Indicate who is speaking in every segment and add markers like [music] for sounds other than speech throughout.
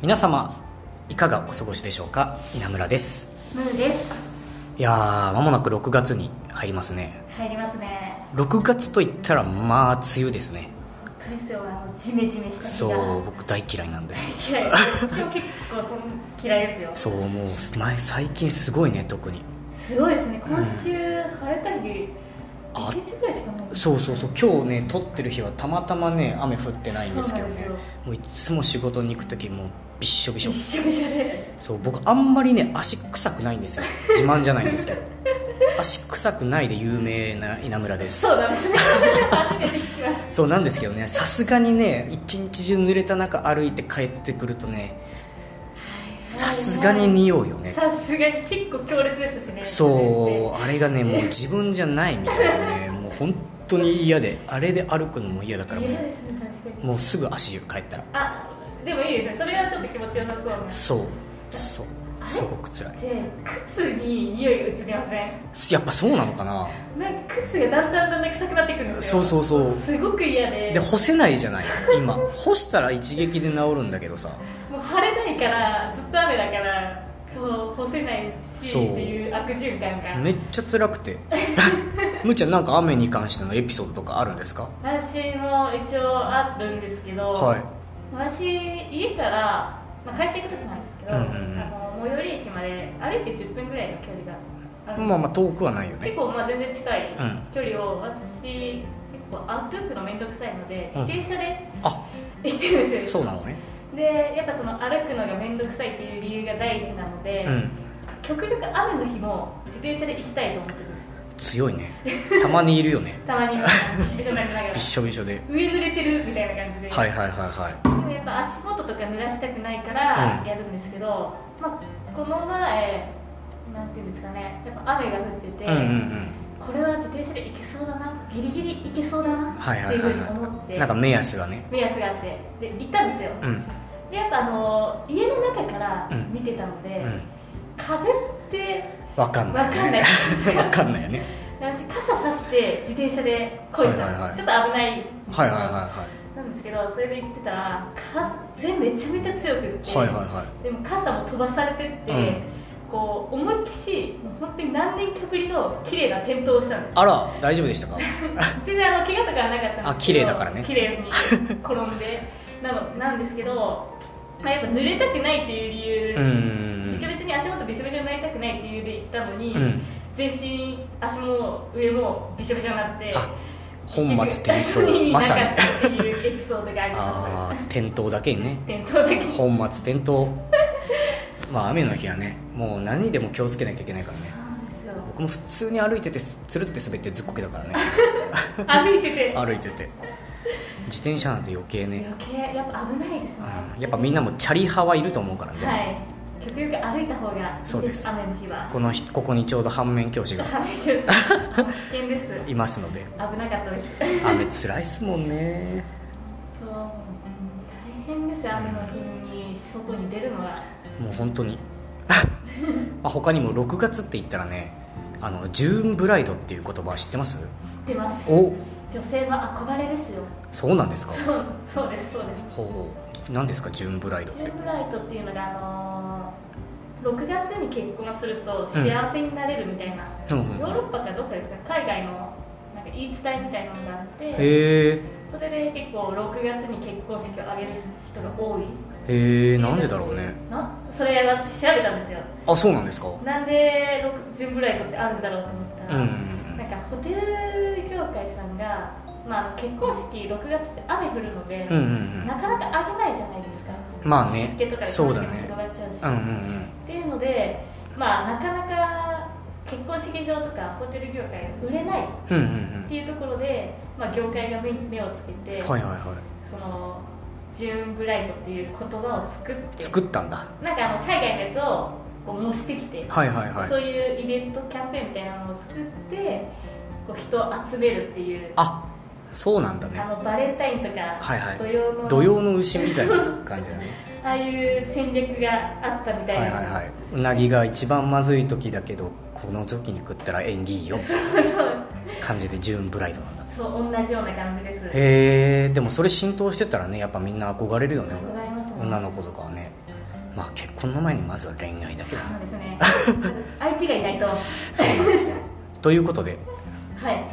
Speaker 1: 皆様いかがお過ごしでしょうか稲村です
Speaker 2: ムーです
Speaker 1: いやー間もなく6月に入りますね
Speaker 2: 入りますね
Speaker 1: 6月といったらまあ梅雨ですね
Speaker 2: 本当ですよあのジメジメした日
Speaker 1: そ
Speaker 2: が
Speaker 1: う僕大嫌いなんですよ
Speaker 2: 嫌い私も結構その嫌いですよ
Speaker 1: そうもう前最近すごいね特に
Speaker 2: すごいですね今週晴れた日
Speaker 1: あ
Speaker 2: 一日ぐらいしかない
Speaker 1: そうそうそう今日ね撮ってる日はたまたまね雨降ってないんですけどね
Speaker 2: そうなんで
Speaker 1: もういつも仕事に行く時もうびっしょびし
Speaker 2: 一
Speaker 1: ょ
Speaker 2: 緒一緒で
Speaker 1: そう僕あんまりね足臭くないんですよ自慢じゃないんです
Speaker 2: [laughs]
Speaker 1: けど足臭くないで有名な稲村です
Speaker 2: そうなんですね初めて聞きまし
Speaker 1: そうなんですけどねさすがにね一日中濡れた中歩いて帰ってくるとね
Speaker 2: た
Speaker 1: さすがに匂うよね
Speaker 2: さすがに結構強烈ですしね
Speaker 1: そうあれがねもう自分じゃないみたいなねもう本当に嫌であれで歩くのも嫌だからも
Speaker 2: 嫌
Speaker 1: う
Speaker 2: ですね確かに
Speaker 1: もうすぐ足湯帰ったら
Speaker 2: あでもいいですねそれはちょっと気持ちよさそうな
Speaker 1: そうそうすごく辛い
Speaker 2: で靴に匂い移りません
Speaker 1: やっぱそうなのかな
Speaker 2: なんか靴がだんだんだんだん臭くなってくるんです
Speaker 1: そ
Speaker 2: よ
Speaker 1: うそうそう
Speaker 2: すごく嫌で
Speaker 1: で干せないじゃない今干したら一撃で治るんだけどさ
Speaker 2: もう晴れないからずっと雨だからこう干せないし
Speaker 1: そう
Speaker 2: っていう悪循環が、
Speaker 1: めっちゃ辛くてむーちゃんなんか雨に関してのエピソードとかあるんですか
Speaker 2: 私も一応あるんですけど、
Speaker 1: はい
Speaker 2: 私家から、まあ、会社行く時なんですけど、
Speaker 1: うんうんうん
Speaker 2: あの最寄り駅まで歩いて10分ぐらいの距離がある、
Speaker 1: まあまあ遠くはないよ
Speaker 2: 結
Speaker 1: ね
Speaker 2: 構まあ全然近い
Speaker 1: うん
Speaker 2: 距離を私結構歩くの面倒くさいので
Speaker 1: うん
Speaker 2: 自転車で
Speaker 1: あ
Speaker 2: 行ってるんです
Speaker 1: そ
Speaker 2: よ、
Speaker 1: うなのね
Speaker 2: でやっぱその歩くのが面倒くさいっていう理由が第一なので、
Speaker 1: うん
Speaker 2: 極力雨の日も自転車で行きたいと思ってるんです
Speaker 1: 強いねたまにいるよね
Speaker 2: たまにびしょびしょになりながら
Speaker 1: [laughs] びっしょびしょで
Speaker 2: 上濡れてるみたいな感じで、
Speaker 1: はいはいはいはい
Speaker 2: でもやっぱ足元とか濡らしたくないから
Speaker 1: うん
Speaker 2: やるんですけど、まあ、この前なんていうんですかねやっぱ雨が降ってて、
Speaker 1: うんうんうん
Speaker 2: これは自転車で行けそうだなギリギリ行けそうだな
Speaker 1: はい
Speaker 2: っ
Speaker 1: は
Speaker 2: てい
Speaker 1: いう
Speaker 2: ふ
Speaker 1: はいう
Speaker 2: に思っ
Speaker 1: はい
Speaker 2: て
Speaker 1: なんか目安がね
Speaker 2: 目安があってで行ったんですよ
Speaker 1: うんうん
Speaker 2: でやっぱあの家の中から見てたので、風って
Speaker 1: わかんない
Speaker 2: わか
Speaker 1: [laughs]
Speaker 2: んない
Speaker 1: わかんないよね
Speaker 2: 私傘さして自転車でこいでた
Speaker 1: はいはいはい
Speaker 2: ちょっと危ない
Speaker 1: はいはいはい
Speaker 2: なんですけどそれで行ってたら風めちゃめちゃ強くって、
Speaker 1: はいはいはいはい
Speaker 2: でも傘も飛ばされてって、
Speaker 1: うん
Speaker 2: こう思いっきしもう本当に何年かぶりの綺麗な転倒をしたんです
Speaker 1: あら大丈夫でしたか
Speaker 2: 全然あの怪我とかはなかったんですけど
Speaker 1: あ綺麗だからね
Speaker 2: 綺麗に転んで
Speaker 1: [laughs]
Speaker 2: なのなんですけど、まあ、やっぱ濡れたくないっていう理由、
Speaker 1: うーん
Speaker 2: びちょびちょに足元びしょびしょになりたくないっていう理由で行ったのに、
Speaker 1: うん
Speaker 2: 全身足も上もびしょびしょになって
Speaker 1: あ本末転
Speaker 2: [laughs] 結局
Speaker 1: 倒まさに
Speaker 2: 意味なかったっていうエピソードがありま
Speaker 1: ああ転倒だけにね
Speaker 2: す転倒だけそう
Speaker 1: 本末転倒まあ雨の日はねもう何にでも気をつけなきゃいけないからね
Speaker 2: ですよ
Speaker 1: 僕も普通に歩いててつるって滑ってずっこけだからね
Speaker 2: 歩いてて
Speaker 1: 歩いてて自転車なんて余計ね、
Speaker 2: 余計やっぱ危ないですね、
Speaker 1: うん、やっぱみんなもチャリ派はいると思うからね、
Speaker 2: はい極力歩いた方がいいです
Speaker 1: そうです
Speaker 2: 雨の日は
Speaker 1: このひここにちょうど反面教師が
Speaker 2: はい危険です
Speaker 1: いますので
Speaker 2: 危なかったです
Speaker 1: 雨つらいっすもんね
Speaker 2: そううん大変です雨の日に外に出るのは
Speaker 1: もう本当に [laughs] まあ他にも6月って言ったらねあのジューンブライドっていう言葉知ってます
Speaker 2: 知ってます
Speaker 1: お
Speaker 2: 女性は憧れですよ
Speaker 1: そうなんですか
Speaker 2: そうそうですそうです
Speaker 1: ほう何ですかジューンブライドっ
Speaker 2: ジ
Speaker 1: て
Speaker 2: ューンブライトっていうのがあのー6月に結婚すると幸せになれるみたいな、
Speaker 1: うんうんうん
Speaker 2: ヨーロッパかどっかですか海外のなんか言い伝えみたいなのがあって
Speaker 1: へ
Speaker 2: それで結構6月に結婚式を挙げる人が多い
Speaker 1: えへえなんでだろうね
Speaker 2: なそれ私調べたんですよ
Speaker 1: あそうなんですかう
Speaker 2: なんでろくジュンブライトってあるんだろうと思った
Speaker 1: ん
Speaker 2: ら、
Speaker 1: うん
Speaker 2: なんかホテル業界さんが、まああの、結婚式6月って雨降るので、
Speaker 1: うんうんうん
Speaker 2: なかなかあげないじゃないですか
Speaker 1: まあね
Speaker 2: 湿気とかで
Speaker 1: そうだね
Speaker 2: 感染も広がっちゃうし、
Speaker 1: うんうん
Speaker 2: っていうのでまあなかなか結婚式場とかホテル業界が売れないっ
Speaker 1: うんうんうんうん
Speaker 2: ていうところで、まあ、業界が目目をつけて、
Speaker 1: はいはいはい
Speaker 2: そのジューンブライトっていう言葉を作って
Speaker 1: 作ったんだ
Speaker 2: なんかあの海外のやつをこう模してきて、
Speaker 1: はいはいはい
Speaker 2: そういうイベントキャンペーンみたいなのを作ってこう人を集めるっていう
Speaker 1: あそうなんだね
Speaker 2: あのバレンタインとか、
Speaker 1: はいはい
Speaker 2: 土曜の
Speaker 1: 土用の牛みたいな感じだね
Speaker 2: ああいう戦略があったみた
Speaker 1: はいい
Speaker 2: な、
Speaker 1: はいはいうなぎが一番まずい時だけどこの時に食ったら縁起いいよみたい
Speaker 2: [laughs] そう
Speaker 1: な感じでジューンブライドなんだ
Speaker 2: そう同じような感じです
Speaker 1: へえでもそれ浸透してたらねやっぱみんな憧れるよね
Speaker 2: 憧れますね
Speaker 1: 女の子とかはね
Speaker 2: はい
Speaker 1: まあ結婚の前にまずは恋愛だけだ
Speaker 2: そう
Speaker 1: な
Speaker 2: ですね [laughs] 相手がいないとは
Speaker 1: そうなんですよということで
Speaker 2: い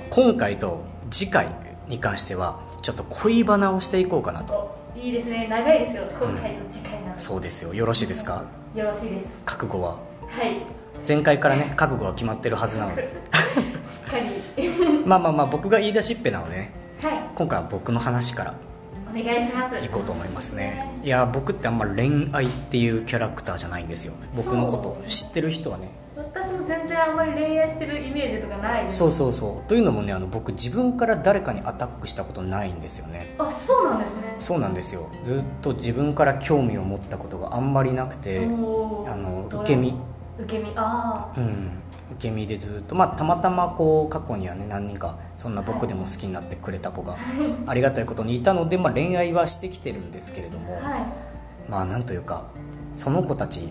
Speaker 1: 今回と次回に関してはちょっと恋バナをしていこうかなと
Speaker 2: おいいですね長いですよ今回と次回なので
Speaker 1: そうですよよろしいですか
Speaker 2: よろしいです
Speaker 1: 覚悟は
Speaker 2: はい
Speaker 1: 前回からね覚悟は決まってるはずなので
Speaker 2: しっかり [laughs]
Speaker 1: まあまあまあ僕が言い出しっぺなのでね
Speaker 2: は
Speaker 1: 今回は僕の話から
Speaker 2: いお願いします
Speaker 1: 行こうと思いますねいや僕ってあんま恋愛っていうキャラクターじゃないんですよ僕のこと知ってる人はね
Speaker 2: 私も全然あんまり恋愛してるイメージとかないです
Speaker 1: そうそうそうというのもねあの僕自分から誰かにアタックしたことないんですよね
Speaker 2: あそうなんですね
Speaker 1: そうなんですよずっと自分から興味を持ったことがあんまりなくて
Speaker 2: おー
Speaker 1: あの
Speaker 2: ドラマ
Speaker 1: 受け身
Speaker 2: 受け身あ
Speaker 1: うん受け身でずっとまあたまたまこう過去にはね何人かそんな僕でも好きになってくれた子がありがたいことにいたので、まあ、恋愛はしてきてるんですけれど
Speaker 2: あ
Speaker 1: も、
Speaker 2: は
Speaker 1: まあなんというかその子たち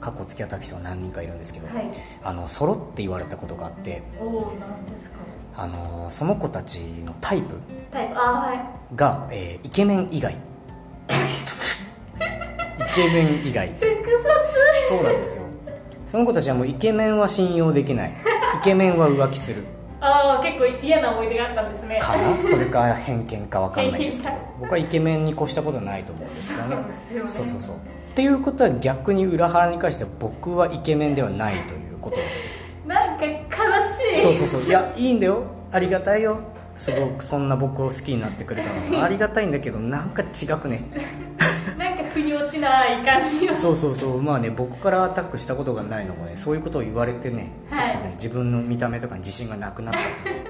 Speaker 1: 過去付き合った人は何人かいるんですけど、
Speaker 2: いはい
Speaker 1: あの揃って言われたことがあって
Speaker 2: おおなんですか
Speaker 1: あのその子たちのタイプ
Speaker 2: タイプあーはい
Speaker 1: が、えーイケメン以
Speaker 2: [laughs]
Speaker 1: 外イケメン以外
Speaker 2: セックス
Speaker 1: そうなんですよその子たちはもうイケメンは信用できないイケメンは浮気する
Speaker 2: ああ結構嫌な思い出があったんですね
Speaker 1: かなそれか偏見かわかんないですけど
Speaker 2: 偏見
Speaker 1: 僕はイケメンに越したことはないと思うんですけどね
Speaker 2: [laughs] そうですよね
Speaker 1: そうそうそうっていうことは逆に裏腹に関しては僕はイケメンではないということ
Speaker 2: なんか悲しい
Speaker 1: そうそうそういやいいんだよありがたいよすごくそんな僕を好きになってくれたのもありがたいんだけどなんか違くね
Speaker 2: なんか腑に落ちない感じが
Speaker 1: そうそうそうまあね僕からアタックしたことがないのもねそういうことを言われてねちょっとね、自分の見た目とかに自信がなくなったっていう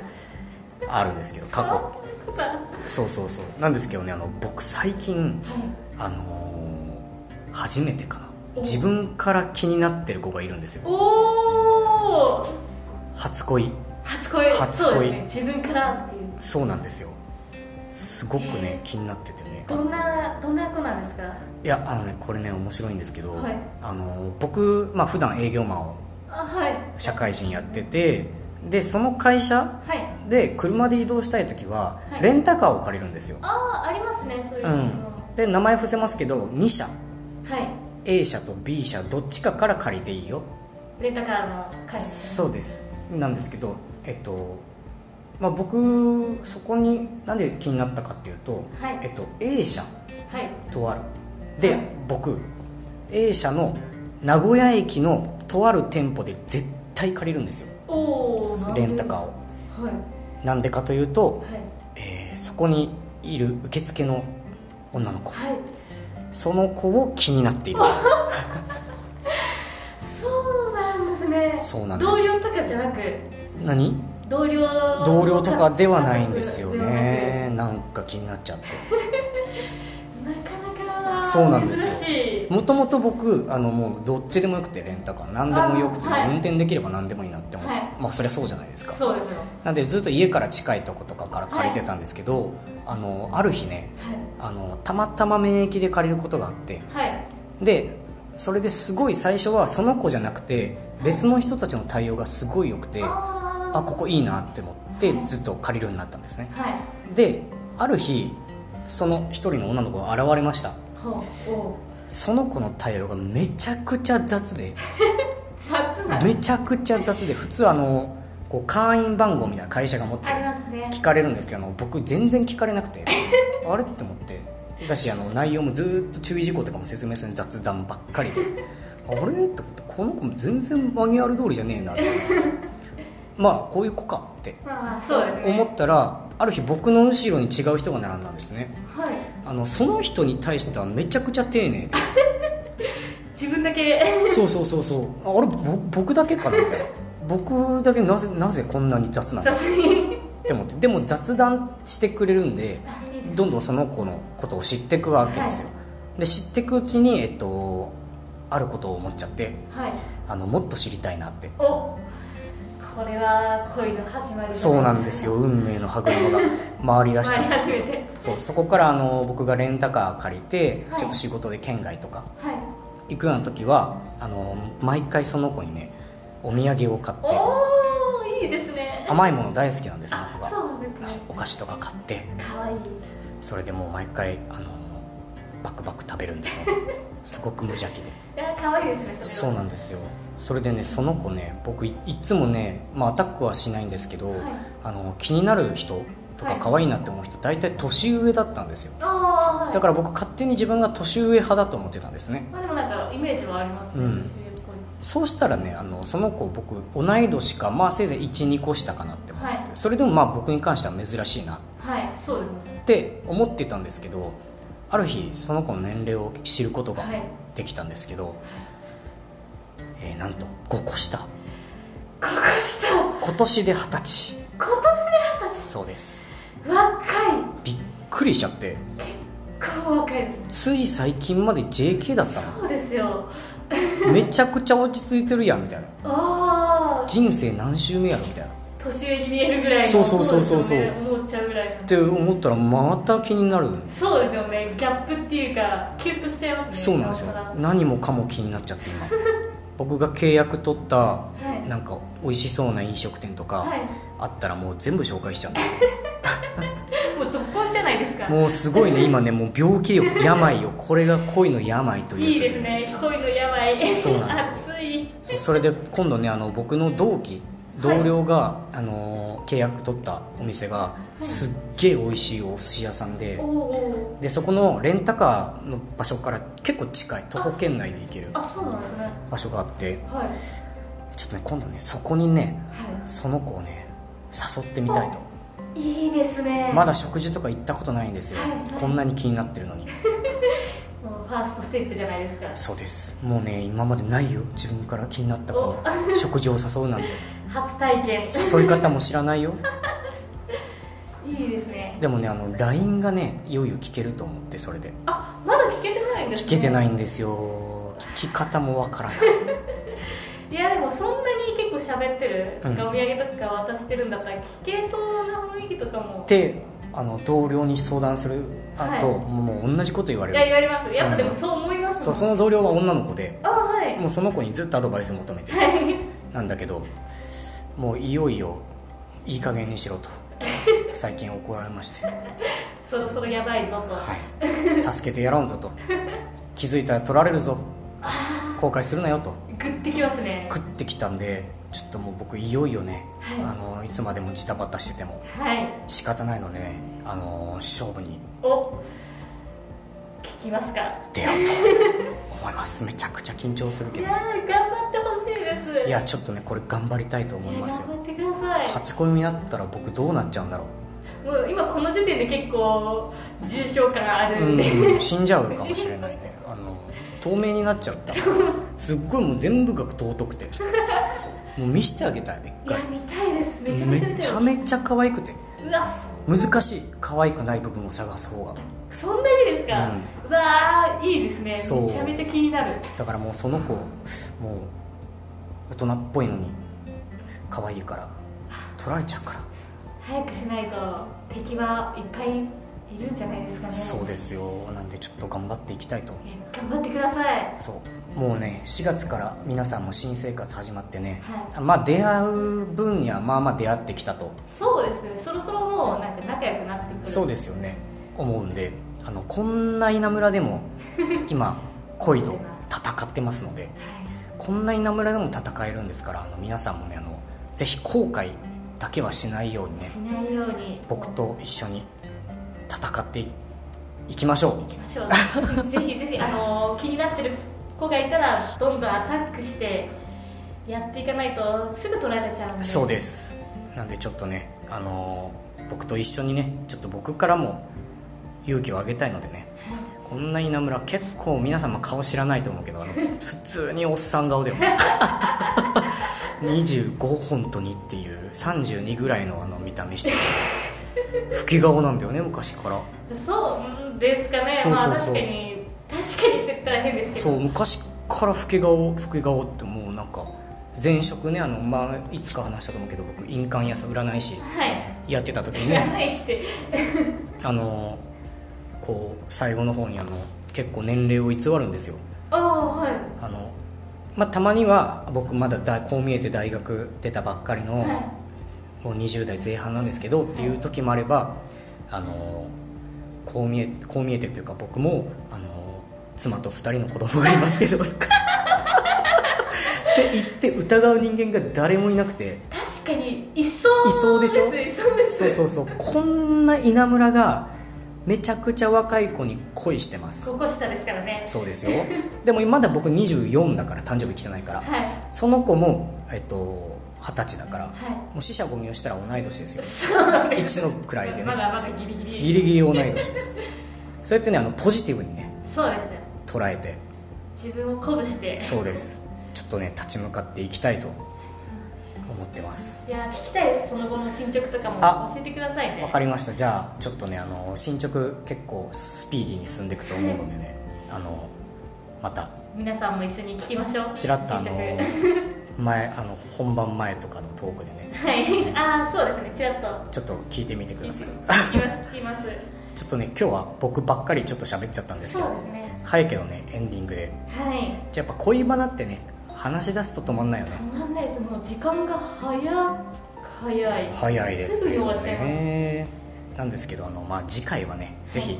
Speaker 1: のがあるんですけど過去
Speaker 2: そういうことは
Speaker 1: そうそうそうなんですけどねあの僕最近
Speaker 2: い
Speaker 1: あのー初めてかな自分から気になってる子がいるんですよ
Speaker 2: おお
Speaker 1: 初恋
Speaker 2: 初恋
Speaker 1: 初恋
Speaker 2: そうですね自分からっていう
Speaker 1: そうなんですよすごくね気になっててね
Speaker 2: どんなどんな子なんですか
Speaker 1: いやあのねこれね面白いんですけど、
Speaker 2: はい
Speaker 1: あのー僕まあ普段営業マンを
Speaker 2: あはい
Speaker 1: 社会人やっててでその会社
Speaker 2: はい
Speaker 1: で車で移動したい時は
Speaker 2: はい
Speaker 1: レンタカーを借りるんですよ、
Speaker 2: ああありますねそういうの
Speaker 1: うんで名前伏せますけど2社
Speaker 2: は
Speaker 1: A 社と B 社どっちかから借りていいよ
Speaker 2: いレンタカーの会社
Speaker 1: そうですなんですけどえっとまあ僕そこになんで気になったかっていうと、
Speaker 2: はい
Speaker 1: えっと A 社
Speaker 2: はい
Speaker 1: とあるで、
Speaker 2: はい
Speaker 1: 僕 A 社の名古屋駅のとある店舗で絶対借りるんですよ
Speaker 2: おお
Speaker 1: レンタカーを
Speaker 2: ーはい
Speaker 1: なんでかというと、
Speaker 2: はい
Speaker 1: えーそこにいる受付の女の子
Speaker 2: はい
Speaker 1: その子を気になっている
Speaker 2: そうなんですね
Speaker 1: そうなんです
Speaker 2: 同僚とかじゃなく
Speaker 1: 何
Speaker 2: 同僚の
Speaker 1: 同僚とかではないんですよ
Speaker 2: ではなく
Speaker 1: ねなんか気になっちゃって
Speaker 2: なかなか
Speaker 1: そうなんですよ
Speaker 2: 珍しい
Speaker 1: もともと僕あのもうどっちでもよくてレンタカー何でもよくて、
Speaker 2: あはい
Speaker 1: 運転できれば何でもいいなって思う、
Speaker 2: はい
Speaker 1: まあそりゃそうじゃないですか
Speaker 2: そうですよは
Speaker 1: なんでずっと家から近いとことかから借りてたんですけど、あのある日ねあのたまたま免疫で借りることがあって
Speaker 2: いはい
Speaker 1: でそれですごい最初はその子じゃなくて別の人たちの対応がすごい良くてあ
Speaker 2: あー
Speaker 1: ここいいなって思って
Speaker 2: はい
Speaker 1: ずっと借りるようになったんですね
Speaker 2: はい
Speaker 1: である日その一人の女の子が現れました
Speaker 2: ほうおう
Speaker 1: その子の対応がめちゃくちゃ雑で
Speaker 2: 雑な
Speaker 1: めちゃくちゃ雑で普通あのこう会員番号みたいな会社が持って
Speaker 2: ありますね
Speaker 1: 聞かれるんですけどあの僕全然聞かれなくて [laughs] あれって思ってだしあの内容もずーっと注意事項とかも説明する雑談ばっかりであれって思ってこの子も全然マニュアル通りじゃねえなって [laughs] まあこういう子かって
Speaker 2: まあそうですね
Speaker 1: 思ったらある日僕の後ろに違う人が並んだんですね
Speaker 2: はい
Speaker 1: あのその人に対してはめちゃくちゃ丁寧で [laughs]
Speaker 2: 自分だけ [laughs]
Speaker 1: そうそうそうそうあれぼ僕だけかなみたいな僕だけなぜなぜこんなに雑なんだ
Speaker 2: 雑に
Speaker 1: って思ってでも雑談してくれるんで
Speaker 2: あいいです
Speaker 1: どんどんその子のことを知っていくわけですよ、で知っていくうちにえっとあることを思っちゃって
Speaker 2: はい
Speaker 1: あのもっと知りたいなって
Speaker 2: おこれは恋の始まり
Speaker 1: そうなんですよ運命の歯車
Speaker 2: [laughs]
Speaker 1: が回りだし
Speaker 2: 回り
Speaker 1: たんです
Speaker 2: 始
Speaker 1: け
Speaker 2: め
Speaker 1: ど
Speaker 2: て
Speaker 1: そうそこからあの僕がレンタカー借りて、
Speaker 2: はい
Speaker 1: ちょっと仕事で県外とか
Speaker 2: はい
Speaker 1: 行くような時はあの毎回その子にねお土産を買って
Speaker 2: おおいいですね
Speaker 1: 甘いもの大好きなんですその子が
Speaker 2: あそうなんですね
Speaker 1: お菓子とか買って
Speaker 2: 可愛い
Speaker 1: それでもう毎回あのバクバク食べるん
Speaker 2: [laughs]
Speaker 1: ですよすごく無邪気で
Speaker 2: あ可愛いですねそ
Speaker 1: そう
Speaker 2: れは
Speaker 1: なんですよそれでねその子ね僕いいつもね、まあ、アタックはしないんですけど、
Speaker 2: はい
Speaker 1: あの気になる人とか
Speaker 2: はい
Speaker 1: 可愛いなって思う人大体年上だったんですよ
Speaker 2: ああ、はい、
Speaker 1: だから僕勝手に自分が年上派だと思ってたんですね
Speaker 2: まあでもなんかイメージはありますね、
Speaker 1: うん
Speaker 2: 年上っぽい
Speaker 1: そうしたらねあのその子僕同い年か、まあ、せいぜい12個下かなって思って、
Speaker 2: はい
Speaker 1: それでもまあ僕に関しては珍しいな
Speaker 2: はいそうですね
Speaker 1: って思ってたんですけどある日その子の年齢を知ることが
Speaker 2: はい
Speaker 1: できたんですけど、えーなんと5個下
Speaker 2: ここした今
Speaker 1: 今年で20歳
Speaker 2: 年で二十
Speaker 1: そうです
Speaker 2: 歳若い
Speaker 1: びっくりしちゃって
Speaker 2: こう若いですね
Speaker 1: つい最近まで JK だった
Speaker 2: そうですよ
Speaker 1: のめちゃくちゃ落ち着いてるやんみたいな
Speaker 2: ああ
Speaker 1: 人生何周目やろみたいなっ
Speaker 2: 年上に見えるぐらいの
Speaker 1: そうそうそうそうそう
Speaker 2: ですよね思っちゃうぐらいの
Speaker 1: て思ったらまた気になる
Speaker 2: そうですよねギャップっていうかキュッとしちゃいますね
Speaker 1: そうなんですよ
Speaker 2: なおさ
Speaker 1: 何もかも気になっちゃって今僕が契約取った
Speaker 2: らはい
Speaker 1: なんか美味しそうな飲食店とか、
Speaker 2: はい
Speaker 1: あったらもう全部紹介しちゃうんです
Speaker 2: もう続婚じゃないですか
Speaker 1: もうすごいね今ねもう病気よ病よこれが恋の病というやつ
Speaker 2: いいですね恋の病
Speaker 1: そうなんで
Speaker 2: 熱い
Speaker 1: そうそれで今度ねあの僕の同期同僚が、あの契約取ったお店が
Speaker 2: い
Speaker 1: すっげえ美味しいお寿司屋さんで
Speaker 2: おお
Speaker 1: でそこのレンタカーの場所から結構近い徒歩圏内で行ける
Speaker 2: あそうなんですね
Speaker 1: 場所があって
Speaker 2: はいはい
Speaker 1: ちょっとね今度ねそこにねその子をね誘ってみたいと
Speaker 2: いいですね
Speaker 1: まだ食事とか行ったことないんですよ
Speaker 2: はいはい
Speaker 1: こんなに気になってるのに
Speaker 2: もうファーストステップじゃないですか
Speaker 1: そうですもうね今までないよ自分から気になった子
Speaker 2: お [laughs]
Speaker 1: の食事を誘うなんて
Speaker 2: 初体験
Speaker 1: 誘い方も知らないよ
Speaker 2: いいですね
Speaker 1: でもねあの LINE がねいよいよ聞けると思ってそれで
Speaker 2: あまだ聞けてないんです、ね、
Speaker 1: 聞けてないいんですよ聞き方もわ
Speaker 2: [laughs]
Speaker 1: からない
Speaker 2: いやでもそんなに結構喋ってる、
Speaker 1: うん
Speaker 2: お土産とか渡してるんだったら聞けそうな雰囲気とかも
Speaker 1: であの同僚に相談するあと、
Speaker 2: はい
Speaker 1: もう同じこと言われ
Speaker 2: い
Speaker 1: る
Speaker 2: や
Speaker 1: んで
Speaker 2: 言わ
Speaker 1: す
Speaker 2: れ
Speaker 1: よ
Speaker 2: ますやっぱでもそう思います
Speaker 1: そ
Speaker 2: も
Speaker 1: うんその同僚は女の子で
Speaker 2: あはい [laughs]
Speaker 1: もうその子にずっとアドバイス求めて
Speaker 2: はい
Speaker 1: なんだけどもういよいよいい加減にしろ
Speaker 2: [laughs]
Speaker 1: と最近怒られまして
Speaker 2: そろそろやばいぞと、
Speaker 1: はい、助けてやらんぞと気づいたら取られる
Speaker 2: [laughs]
Speaker 1: ぞ後悔するなよと
Speaker 2: グッてきますね
Speaker 1: 食ってきたんでちょっともう僕いよいよね、
Speaker 2: はい
Speaker 1: あのいつまでもジタバタしてても
Speaker 2: はい
Speaker 1: 仕方ないのでね、あの勝負に
Speaker 2: お聞きますか
Speaker 1: 出よう
Speaker 2: [laughs]
Speaker 1: と思いますめちゃくちゃ緊張するけ
Speaker 2: い
Speaker 1: ど
Speaker 2: やー頑張ってほしいです
Speaker 1: いやちょっとねこれ頑張りたいと思います
Speaker 2: いや
Speaker 1: よ
Speaker 2: 頑張ってください
Speaker 1: 初恋になったら僕どうなっちゃうんだろ
Speaker 2: もう今この時点で結構重症感あ
Speaker 1: う
Speaker 2: るんで、
Speaker 1: うん死んじゃうかもしれないねあの透明になっちゃったすっごいもう全部が尊くてもう見してあげたい一
Speaker 2: いや
Speaker 1: 回
Speaker 2: 見たいですめちゃ
Speaker 1: め
Speaker 2: めちゃ見たいで
Speaker 1: ち
Speaker 2: す
Speaker 1: ゃめちゃ可愛くて
Speaker 2: うわそ
Speaker 1: 難しい可愛くない部分を探す方が
Speaker 2: そんなにですか、うわーいいですね
Speaker 1: そう
Speaker 2: めちゃめちゃ気になる
Speaker 1: だからもうその子もう大人っぽいのに可愛いから取られちゃうから、
Speaker 2: 早くしないと敵はいっぱいいるんじゃないですかね
Speaker 1: そうですよなんでちょっと頑張っていきたいと
Speaker 2: いや頑張ってください
Speaker 1: そうもうね4月から皆さんも新生活始まってね、
Speaker 2: は
Speaker 1: まあ出会う分にはまあまあ出会ってきたと
Speaker 2: そうですねそろそろもうなんか仲良くなってくる
Speaker 1: そうですよね思うんであのこんな稲村でも今恋と戦ってますので
Speaker 2: は
Speaker 1: こんな稲村でも戦えるんですからあの皆さんもねあのぜひ後悔だけはしないように
Speaker 2: い
Speaker 1: ね
Speaker 2: しないように
Speaker 1: 僕と一緒に戦っていいきましょ
Speaker 2: 行きましょう [laughs] ぜひぜひあのー気になってる子がいたらどんどんアタックしてやっていかないとすぐ取られちゃうん
Speaker 1: う
Speaker 2: で
Speaker 1: そうですなんでちょっとねあのー僕と一緒にねちょっと僕からも勇気をあげたいのでねこんな稲村結構皆様顔知らないと思うけどあの普通におっさん顔だよ25本とにっていう32ぐらいのあの見た目してる老け顔なんだよね昔から
Speaker 2: そうですかね
Speaker 1: そうそうそう
Speaker 2: まあ確かに確かにって言ったら変ですけど
Speaker 1: そう昔から老け顔老け顔ってもうなんか前職ねあの、まあ、いつか話したと思うけど僕印鑑屋さん占い師
Speaker 2: はい
Speaker 1: やってた時にね
Speaker 2: 占いして
Speaker 1: あのこう最後の方にあの結構年齢を偽るんですよ
Speaker 2: ああはい
Speaker 1: あの、まあ、たまには僕まだだこう見えて大学出たばっかりの、
Speaker 2: は
Speaker 1: もう20代前半なんですけどっていう時もあればあのこう見えこう見えてというか僕もあの妻と2人の子供がいますけどとかって言って疑う人間が誰もいなくて
Speaker 2: 確かにいそ
Speaker 1: いそう
Speaker 2: う
Speaker 1: で
Speaker 2: で
Speaker 1: し
Speaker 2: す
Speaker 1: ょ
Speaker 2: いそうです
Speaker 1: そうそうそうこんな稲村がめちゃくちゃ若い子に恋してます
Speaker 2: ここ下ですからね
Speaker 1: そうですよでもまだ僕24だから誕生日来てないから
Speaker 2: はい
Speaker 1: その子もえっと二十歳だからも
Speaker 2: は
Speaker 1: う死者ゴミをしたら同い年ですよ
Speaker 2: いそうなんです
Speaker 1: 一の位でね
Speaker 2: まだまだギリギリ
Speaker 1: ギリギリ同い年ですそうやってねあのポジティブにね
Speaker 2: そうですね
Speaker 1: 捉えて
Speaker 2: 自分を鼓舞して
Speaker 1: そうですちょっとね立ち向かっていきたいと思ってます
Speaker 2: いやー聞きたいですその後の進捗とかも
Speaker 1: あ
Speaker 2: 教えてくださいね
Speaker 1: わかりましたじゃあちょっとねあの進捗結構スピーディーに進んでいくと思うのでねあのまた
Speaker 2: 皆さんも一緒に聞きましょう
Speaker 1: ちらっとあの
Speaker 2: 進捗
Speaker 1: 前あの本番前とかのトークでね
Speaker 2: はいああそうですねちらっと
Speaker 1: ちょっと聞いてみてください
Speaker 2: 聞きます聞き
Speaker 1: [laughs]
Speaker 2: ます
Speaker 1: ちょっとね今日は僕ばっかりちょっと喋っちゃったんですけ
Speaker 2: そうで
Speaker 1: ど
Speaker 2: すね
Speaker 1: 早いけどねエンディングで
Speaker 2: はい
Speaker 1: じゃあやっぱ恋バナってね話し出すと止まんないよね
Speaker 2: 止まんないですもう時間が早早い
Speaker 1: 早いです
Speaker 2: すぐに
Speaker 1: よ
Speaker 2: 終わっちゃいます
Speaker 1: ねなんですけどあの、まあ、次回はねぜひ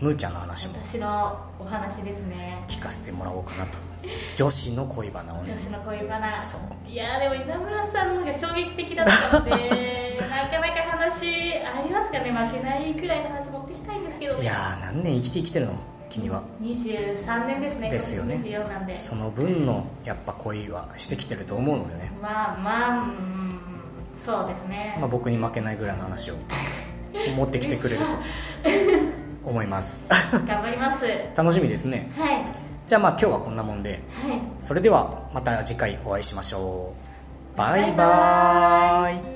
Speaker 1: むーちゃんの話も
Speaker 2: 私のお話ですね
Speaker 1: 聞かせてもらおうかなと女子の恋バナをね
Speaker 2: 女子の恋バナ
Speaker 1: そう
Speaker 2: いやーでも稲村さんのが衝撃的だったのでな
Speaker 1: [laughs]
Speaker 2: かなか話ありますかね負けないくらいの話持ってきたいんですけど
Speaker 1: いやー何年生きて生きてるの君は
Speaker 2: 23年ですね
Speaker 1: ですよね
Speaker 2: 今年24なんで
Speaker 1: その分のやっぱ恋はしてきてると思うのでね、
Speaker 2: まあまあうんそうですね、
Speaker 1: まあ、僕に負けないぐらいの話を持ってきてくれると思います [laughs]
Speaker 2: 頑張りますはい
Speaker 1: 楽しみですね
Speaker 2: はい
Speaker 1: じゃあまあ今日はこんなもんでそれではまた次回お会いしましょうバイバーイ